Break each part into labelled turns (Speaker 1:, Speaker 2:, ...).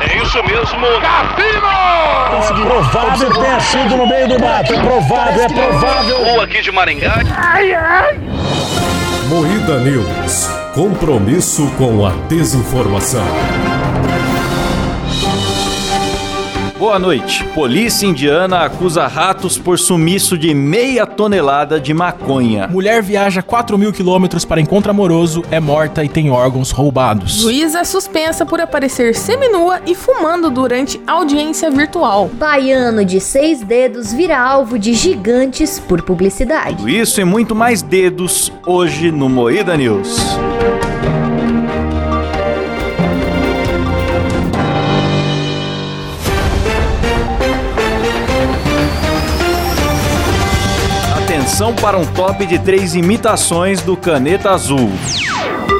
Speaker 1: É Isso mesmo.
Speaker 2: Cassino!
Speaker 3: Provável que tenha sido no meio do mato. É provável, é provável.
Speaker 1: Ou aqui de Maringá.
Speaker 4: Moída News. Compromisso com a desinformação.
Speaker 5: Boa noite. Polícia indiana acusa ratos por sumiço de meia tonelada de maconha.
Speaker 6: Mulher viaja 4 mil quilômetros para encontro amoroso, é morta e tem órgãos roubados.
Speaker 7: Juíza é suspensa por aparecer seminua e fumando durante audiência virtual.
Speaker 8: Baiano de seis dedos vira alvo de gigantes por publicidade.
Speaker 5: Tudo isso e muito mais dedos hoje no Moída News. Atenção para um top de três imitações do Caneta Azul.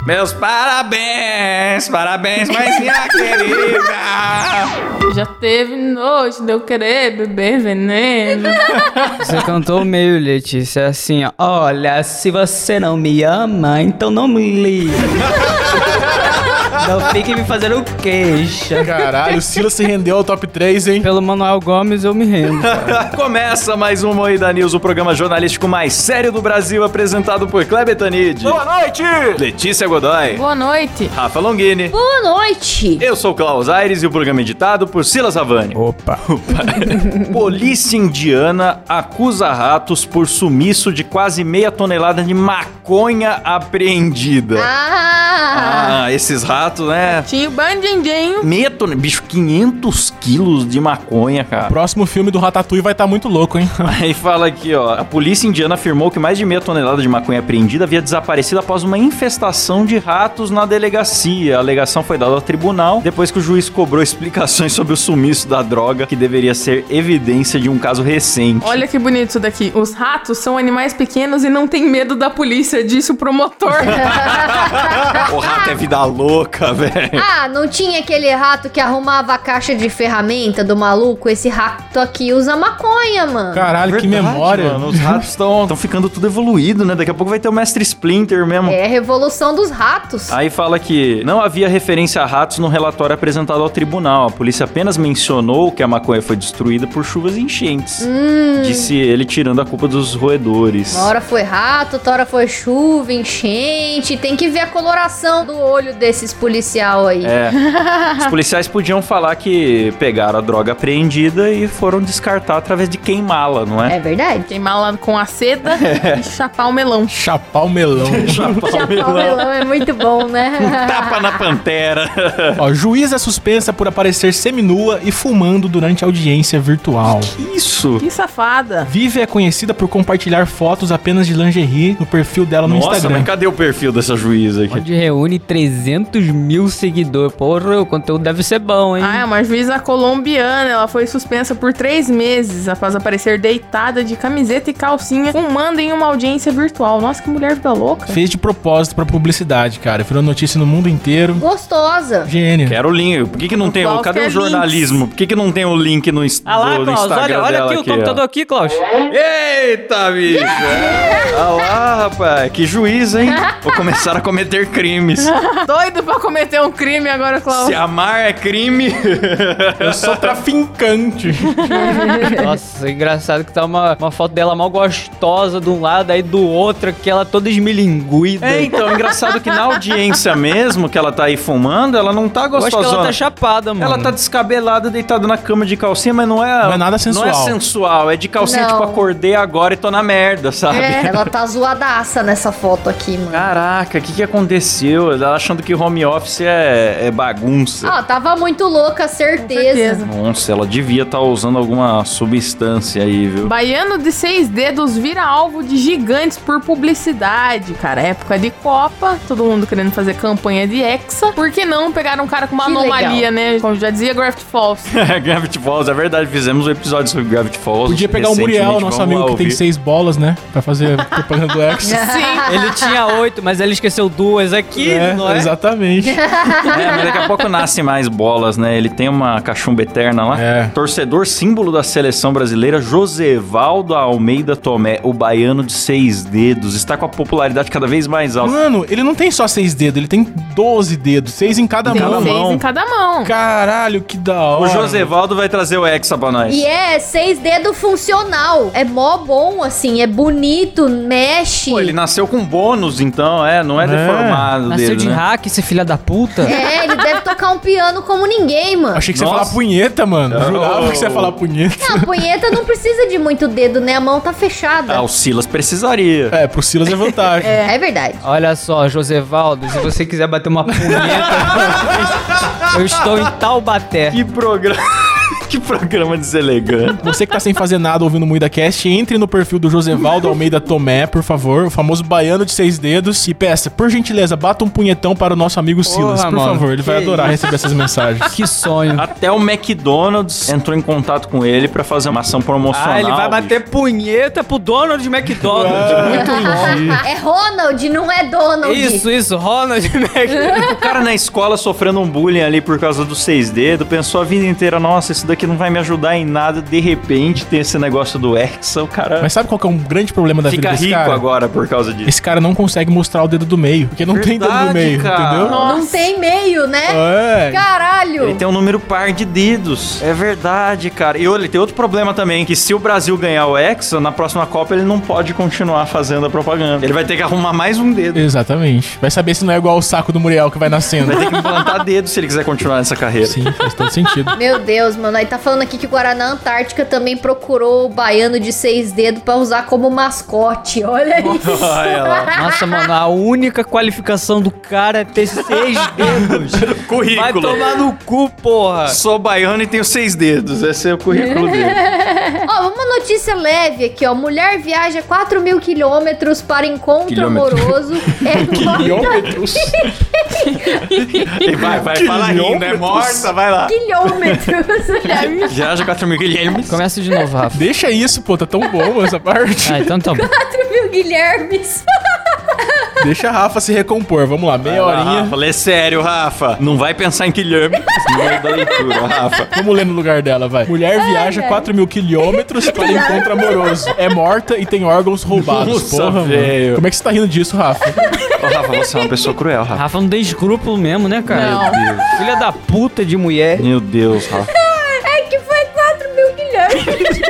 Speaker 5: Meus parabéns, parabéns, mas minha querida.
Speaker 7: Já teve noite de eu querer beber veneno.
Speaker 9: Você cantou meio, Letícia, assim, ó. Olha, se você não me ama, então não me liga. Não fique me fazendo queixa.
Speaker 6: Caralho, o Silas se rendeu ao top 3, hein?
Speaker 9: Pelo Manuel Gomes eu me rendo.
Speaker 5: Começa mais um Moída News, o programa jornalístico mais sério do Brasil, apresentado por Kleber Tanid. Boa noite! Letícia Godoy.
Speaker 7: Boa noite.
Speaker 5: Rafa Longini.
Speaker 8: Boa noite.
Speaker 5: Eu sou o Klaus Aires e o programa é editado por Silas Havani.
Speaker 6: Opa.
Speaker 5: Polícia indiana acusa ratos por sumiço de quase meia tonelada de maconha apreendida.
Speaker 8: Ah,
Speaker 5: Ah, esses ratos, né?
Speaker 7: Tinha o bandindinho.
Speaker 5: Meia tonelada. né? Bicho, 500 quilos de maconha, cara.
Speaker 6: Próximo filme do Ratatouille vai estar muito louco, hein?
Speaker 5: Aí fala aqui, ó. A polícia indiana afirmou que mais de meia tonelada de maconha apreendida havia desaparecido após uma infestação de ratos na delegacia. A alegação foi dada ao tribunal depois que o juiz cobrou explicações sobre o sumiço da droga, que deveria ser evidência de um caso recente.
Speaker 7: Olha que bonito isso daqui. Os ratos são animais pequenos e não tem medo da polícia, disse o promotor.
Speaker 5: o rato é vida louca, velho.
Speaker 8: ah, não tinha aquele rato que arrumava a caixa de ferramenta do maluco? Esse rato aqui usa maconha, mano.
Speaker 6: Caralho, que memória.
Speaker 5: Mano, os ratos estão ficando tudo evoluído, né? Daqui a pouco vai ter o mestre Splinter mesmo.
Speaker 8: É a revolução dos ratos.
Speaker 5: Aí fala que não havia referência a ratos no relatório apresentado ao tribunal. A polícia apenas mencionou que a maconha foi destruída por chuvas e enchentes.
Speaker 9: Hum.
Speaker 5: Disse ele tirando a culpa dos roedores.
Speaker 8: Uma hora foi rato, outra hora foi chuva, enchente. Tem que ver a coloração do olho desses policial aí.
Speaker 5: É. Os policiais podiam falar que pegaram a droga apreendida e foram descartar através de queimá-la, não é?
Speaker 8: É verdade.
Speaker 7: Queimar lá com a seda e chapar o melão.
Speaker 6: Chapar o melão.
Speaker 8: Chapar o melão é muito bom, né?
Speaker 9: É.
Speaker 5: Tapa
Speaker 9: Ah.
Speaker 5: na pantera.
Speaker 6: Ó, juíza é suspensa por aparecer seminua e fumando durante audiência virtual.
Speaker 5: Isso.
Speaker 7: Que safada.
Speaker 6: Vive é conhecida por compartilhar fotos apenas de lingerie no perfil dela no
Speaker 5: Nossa,
Speaker 6: Instagram.
Speaker 5: mas cadê o perfil dessa juíza aqui?
Speaker 9: Onde reúne 300 mil seguidores. Porra, o conteúdo deve ser bom, hein?
Speaker 7: Ah, é uma juíza colombiana. Ela foi suspensa por três meses após aparecer deitada de camiseta e calcinha fumando em uma audiência virtual. Nossa, que mulher vida louca.
Speaker 6: Fez de propósito pra publicidade, cara. Virou notícia no mundo inteiro.
Speaker 8: Gostosa.
Speaker 6: Gênio.
Speaker 5: Quero o link. Por que, que não tem? o-
Speaker 7: Qual
Speaker 5: Cadê
Speaker 7: que é
Speaker 5: o jornalismo? Por que, que não tem o link no, ins-
Speaker 9: Ah
Speaker 5: do-
Speaker 9: lá,
Speaker 5: do
Speaker 9: Klaus,
Speaker 5: Instagram
Speaker 9: olha, olha
Speaker 5: dela
Speaker 9: aqui o tá
Speaker 5: ó?
Speaker 9: computador aqui, Klaus.
Speaker 5: Eita, bicho! Olha lá, rapaz, que juiz, hein? Vou começar a cometer crimes.
Speaker 7: Doido pra cometer um crime agora, Klaus.
Speaker 5: Se amar é crime.
Speaker 6: Eu sou traficante.
Speaker 9: Nossa, engraçado que tá uma, uma foto dela mal gostosa de um lado, aí do outro, que ela toda esmilinguida.
Speaker 5: É, então, engraçado que na audiência mesmo que ela tá aí fumando, ela não tá
Speaker 9: Eu acho que ela
Speaker 5: gostosona.
Speaker 9: tá chapada, mano.
Speaker 5: Ela tá descabelada, deitada na cama de calcinha, mas não é.
Speaker 6: Não é nada sensual.
Speaker 5: Não é sensual, é de calcinha,
Speaker 8: Não.
Speaker 5: tipo, acordei agora e tô na merda, sabe? Ah,
Speaker 8: É, ela tá zoadaça nessa foto aqui, mano.
Speaker 5: Caraca, o que, que aconteceu? Ela achando que home office é, é bagunça.
Speaker 8: Ah, tava muito louca, certeza.
Speaker 7: certeza.
Speaker 5: Nossa, ela devia estar usando alguma substância aí, viu?
Speaker 7: Baiano de seis dedos vira alvo de gigantes por publicidade, cara. Época de Copa, todo mundo querendo fazer campanha de Hexa. Por que não pegar um cara com uma
Speaker 8: Que
Speaker 7: anomalia, né? Como já dizia Graft Falls.
Speaker 5: É, Gravity Falls, é verdade, fizemos um episódio sobre Gravity Falls.
Speaker 6: Podia pegar o Muriel,
Speaker 5: recentemente,
Speaker 6: nosso
Speaker 5: vamos
Speaker 6: amigo
Speaker 5: lá
Speaker 6: que tem
Speaker 5: ouvir.
Speaker 6: seis bolas, né? Pra fazer propaganda do X.
Speaker 7: Sim.
Speaker 9: Ele tinha oito, mas ela esqueceu duas aqui, não é?
Speaker 6: Exatamente.
Speaker 5: gente. é, mas daqui a pouco nasce mais bolas, né? Ele tem uma cachumba eterna lá.
Speaker 6: É.
Speaker 5: Torcedor símbolo da seleção brasileira, Josevaldo Almeida Tomé, o baiano de seis dedos, está com a popularidade cada vez mais alta.
Speaker 6: Mano, ele não tem só seis dedos, ele tem 12 dedos, seis em cada
Speaker 7: Tem
Speaker 6: mão.
Speaker 7: seis em cada mão.
Speaker 6: Caralho, que da
Speaker 5: O
Speaker 6: hora.
Speaker 5: Josevaldo vai trazer o Hexa pra nós.
Speaker 8: E é seis dedos funcional. É mó bom, assim. É bonito, mexe.
Speaker 5: Pô, ele nasceu com bônus, então, é, não é,
Speaker 6: É.
Speaker 5: deformado
Speaker 9: Nasceu
Speaker 5: dele,
Speaker 9: de
Speaker 5: né?
Speaker 9: hack, esse filho da puta.
Speaker 8: É, ele deve tocar um piano como ninguém, mano.
Speaker 6: Achei que você ia
Speaker 5: Nossa.
Speaker 6: falar punheta, mano. Jurava que você ia falar punheta.
Speaker 8: Não, a punheta não precisa de muito dedo, né? A mão tá fechada.
Speaker 5: Ah, o Silas precisaria.
Speaker 6: É, pro Silas é vantagem.
Speaker 8: É verdade.
Speaker 9: Olha só, Josevaldo, se você quiser bater uma punheta, eu estou em Taubaté.
Speaker 5: Que programa. que programa deselegante.
Speaker 6: Você que tá sem fazer nada ouvindo o Muida Cast, entre no perfil do Josevaldo Almeida Tomé, por favor, o famoso baiano de seis dedos, e peça, por gentileza, bata um punhetão para o nosso amigo Silas, por
Speaker 9: mano,
Speaker 6: favor. Ele vai
Speaker 9: que
Speaker 6: adorar receber essas mensagens.
Speaker 9: Que sonho.
Speaker 5: Até o McDonald's entrou em contato com ele pra fazer uma ação promocional.
Speaker 9: Ah, ele vai
Speaker 5: bicho.
Speaker 9: bater punheta pro Donald McDonald.
Speaker 8: é Ronald, não é Donald.
Speaker 9: isso, isso, Ronald McDonald.
Speaker 5: O cara na escola sofrendo um bullying ali por causa do 6D, pensou a vida inteira, nossa, isso daqui não vai me ajudar em nada. De repente tem esse negócio do Hexa, o cara
Speaker 6: Mas sabe qual que é um grande problema da
Speaker 5: fica
Speaker 6: vida desse
Speaker 5: rico
Speaker 6: cara?
Speaker 5: agora por causa disso.
Speaker 6: Esse cara não consegue mostrar o dedo do meio, porque não tem dedo do
Speaker 5: Verdade,
Speaker 6: meio,
Speaker 5: cara.
Speaker 6: entendeu?
Speaker 5: Nossa.
Speaker 8: Não tem meio, né?
Speaker 6: É.
Speaker 8: Caralho.
Speaker 5: Ele tem um número par de dedos. É verdade, cara. E olha, tem outro problema também, que se o Brasil ganhar o Hexa, na próxima Copa ele não pode continuar fazendo a propaganda. Ele vai ter que arrumar mais um dedo.
Speaker 6: Exatamente. Vai saber se não é igual o saco do Muriel que vai nascendo.
Speaker 5: Vai ter que implantar dedo se ele quiser continuar nessa carreira.
Speaker 6: Sim, faz todo sentido.
Speaker 8: Meu Deus, mano. Aí tá falando aqui que o Guaraná Antártica também procurou o baiano de seis dedos pra usar como mascote. Olha isso.
Speaker 5: Olha Ah, é lá.
Speaker 9: Nossa, mano, a única qualificação do cara é ter seis dedos. Vai
Speaker 5: Currículo.
Speaker 9: tomar no cu, porra.
Speaker 5: Sou baiano e tenho seis dedos. Esse é o currículo dele.
Speaker 8: Ó, uma notícia leve aqui, ó. Mulher viaja 4 mil quilômetros para encontro
Speaker 5: Quilômetro.
Speaker 8: amoroso. É
Speaker 6: Quilômetros?
Speaker 5: E vai, vai, fala rindo. É morta, vai lá.
Speaker 8: Quilômetros. Quilômetros.
Speaker 5: Viaja 4 mil guilhermes.
Speaker 9: Começa de novo, Rafa.
Speaker 6: Deixa isso, pô, tá tão boa essa parte.
Speaker 9: Ah, então tá bom.
Speaker 8: 4 mil Guilhermes.
Speaker 6: Deixa a Rafa se recompor, vamos lá, meia
Speaker 5: Vai lá,
Speaker 6: horinha.
Speaker 5: Rafa, lê sério, Rafa. Não vai pensar em guilherme. Não é da leitura, Rafa.
Speaker 6: Vamos ler no lugar dela, vai. Mulher viaja 4 mil quilômetros para encontro amoroso. É morta e tem órgãos roubados.
Speaker 5: Nossa,
Speaker 6: Porra, mano.
Speaker 5: velho.
Speaker 6: Como é que você tá rindo disso, Rafa?
Speaker 5: Ô, Rafa, você é uma pessoa cruel, Rafa.
Speaker 9: Rafa não tem escrúpulo mesmo, né, cara?
Speaker 7: Não.
Speaker 9: Meu Deus. Filha da puta de mulher.
Speaker 5: Meu Deus, Rafa.
Speaker 8: É que foi 4 mil Guilhermes.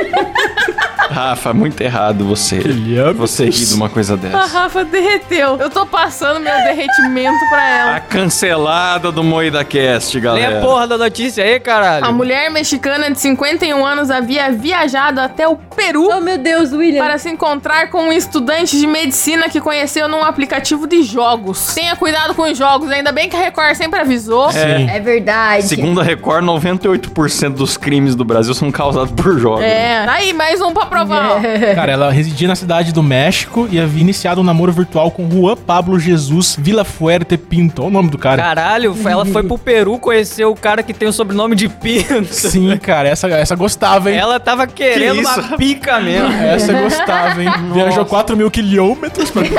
Speaker 5: Rafa, muito errado você.
Speaker 6: Guilherme.
Speaker 5: Você rir de uma coisa
Speaker 7: A
Speaker 5: dessa.
Speaker 7: Rafa derreteu. Eu tô passando meu derretimento pra ela.
Speaker 5: A cancelada do Moida Cast,
Speaker 9: Lê
Speaker 5: galera.
Speaker 9: a porra da notícia aí, caralho.
Speaker 7: A mulher mexicana de 51 anos havia viajado até o Peru
Speaker 8: Oh, meu Deus, William.
Speaker 7: para se encontrar com um estudante de medicina que conheceu num aplicativo de jogos. Tenha cuidado com os jogos, ainda bem que a Record sempre avisou.
Speaker 6: Sim.
Speaker 8: É verdade.
Speaker 5: Segundo a Record, 98% dos crimes do Brasil são causados por jogos.
Speaker 7: É. Aí, mais um pra provar.
Speaker 8: É.
Speaker 6: Cara, ela residia na cidade do México e havia iniciado um namoro virtual com Juan Pablo Jesus Villafuerte Pinto. Olha o nome do cara.
Speaker 9: Caralho, foi- ela foi pro Peru conhecer o cara que tem o sobrenome de Pinto.
Speaker 6: Sim, cara, essa, essa gostava, hein?
Speaker 9: Ela tava querendo
Speaker 5: Que isso,
Speaker 9: uma
Speaker 5: rapaz?
Speaker 9: pica mesmo.
Speaker 6: Essa gostava, hein? Viajou 4 mil quilômetros pra...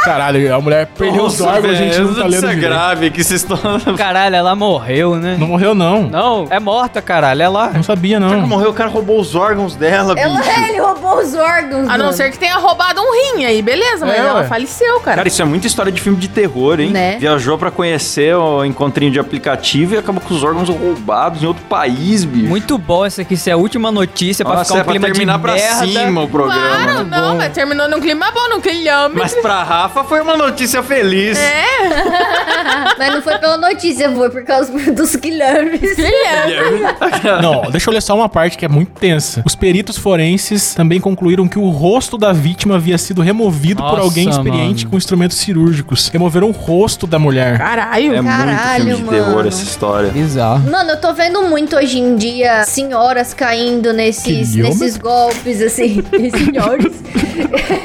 Speaker 6: Caralho, a mulher perdeu os
Speaker 5: Nossa,
Speaker 6: órgãos, a gente
Speaker 5: velho,
Speaker 6: não tá lendo
Speaker 5: Isso é
Speaker 6: direito.
Speaker 5: grave, que vocês estão...
Speaker 9: Caralho, ela morreu, né?
Speaker 6: Não morreu, não.
Speaker 9: Não, é morta, caralho. Ela.
Speaker 6: Não sabia, não.
Speaker 5: Morreu, o cara roubou os órgãos dela,
Speaker 8: Ela, é-
Speaker 5: bicho.
Speaker 8: ele roubou os órgãos.
Speaker 7: A não
Speaker 8: mano.
Speaker 7: ser que tenha roubado um rim aí, beleza, mas
Speaker 6: É,
Speaker 7: ela
Speaker 6: ué.
Speaker 7: faleceu, cara.
Speaker 5: Cara, isso é muita história de filme de terror, hein?
Speaker 8: Né?
Speaker 5: Viajou pra conhecer o encontrinho de aplicativo e acabou com os órgãos roubados em outro país, bicho.
Speaker 9: Muito bom essa aqui, isso é a última notícia pra
Speaker 5: Nossa,
Speaker 9: ficar um
Speaker 5: é pra
Speaker 9: clima
Speaker 5: terminar
Speaker 9: de
Speaker 5: pra
Speaker 9: merda.
Speaker 5: cima o programa. né?
Speaker 7: Claro, não, mas terminou num clima bom,
Speaker 5: Mas
Speaker 7: num quilômetro.
Speaker 5: pra Rafa foi uma notícia feliz.
Speaker 8: Mas não foi pela notícia, foi por causa dos Guilhermes.
Speaker 5: É
Speaker 6: Não, deixa eu ler só uma parte que é muito tensa. Os peritos forenses também concluíram que o rosto da vítima havia sido removido por
Speaker 9: Nossa,
Speaker 6: alguém experiente
Speaker 9: mano.
Speaker 6: com instrumentos cirúrgicos. Removeram o rosto da mulher.
Speaker 7: Caralho.
Speaker 5: É
Speaker 8: Caralho,
Speaker 5: muito filme de
Speaker 8: mano.
Speaker 5: terror essa história.
Speaker 9: Bizarro.
Speaker 8: Mano, eu tô vendo muito hoje em dia senhoras caindo nesses,
Speaker 6: Quilômetro?
Speaker 8: nesses golpes, assim. senhores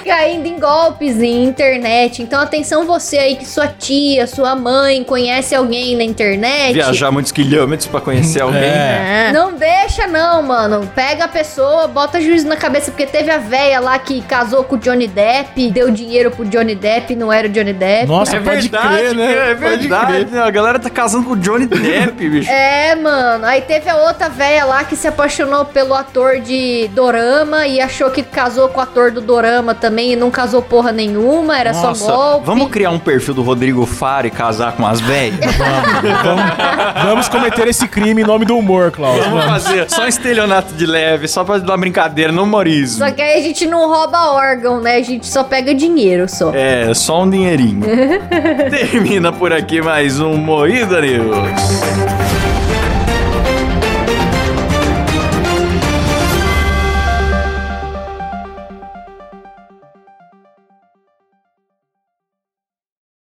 Speaker 8: caindo em golpes em internet, internet. Então, atenção você aí que sua tia, sua mãe conhece alguém na internet.
Speaker 5: Viajar muitos quilômetros pra conhecer alguém.
Speaker 7: É.
Speaker 8: Não deixa, não, mano. Pega a pessoa, bota juízo na cabeça, porque teve a véia lá que casou com o Johnny Depp, deu dinheiro pro Johnny Depp, não era o Johnny Depp.
Speaker 6: Nossa, pode crer, né?
Speaker 5: É cara, É
Speaker 6: Pode
Speaker 5: verdade.
Speaker 6: crer.
Speaker 5: né? A galera tá casando com o Johnny Depp, bicho.
Speaker 8: É, mano. Aí teve a outra véia lá que se apaixonou pelo ator de Dorama e achou que casou com o ator do Dorama também e não casou porra nenhuma, era só golpe.
Speaker 5: vamos criar um perfil do Rodrigo Faro e casar com as velhas?
Speaker 6: Vamos, vamos cometer esse crime em nome do humor, Klaus.
Speaker 5: Vamos fazer só um estelionato de leve, só pra dar brincadeira no humorismo.
Speaker 8: Só que aí a gente não rouba órgão, né? A gente só pega dinheiro só.
Speaker 5: É, só um dinheirinho. Termina por aqui mais um Moída News.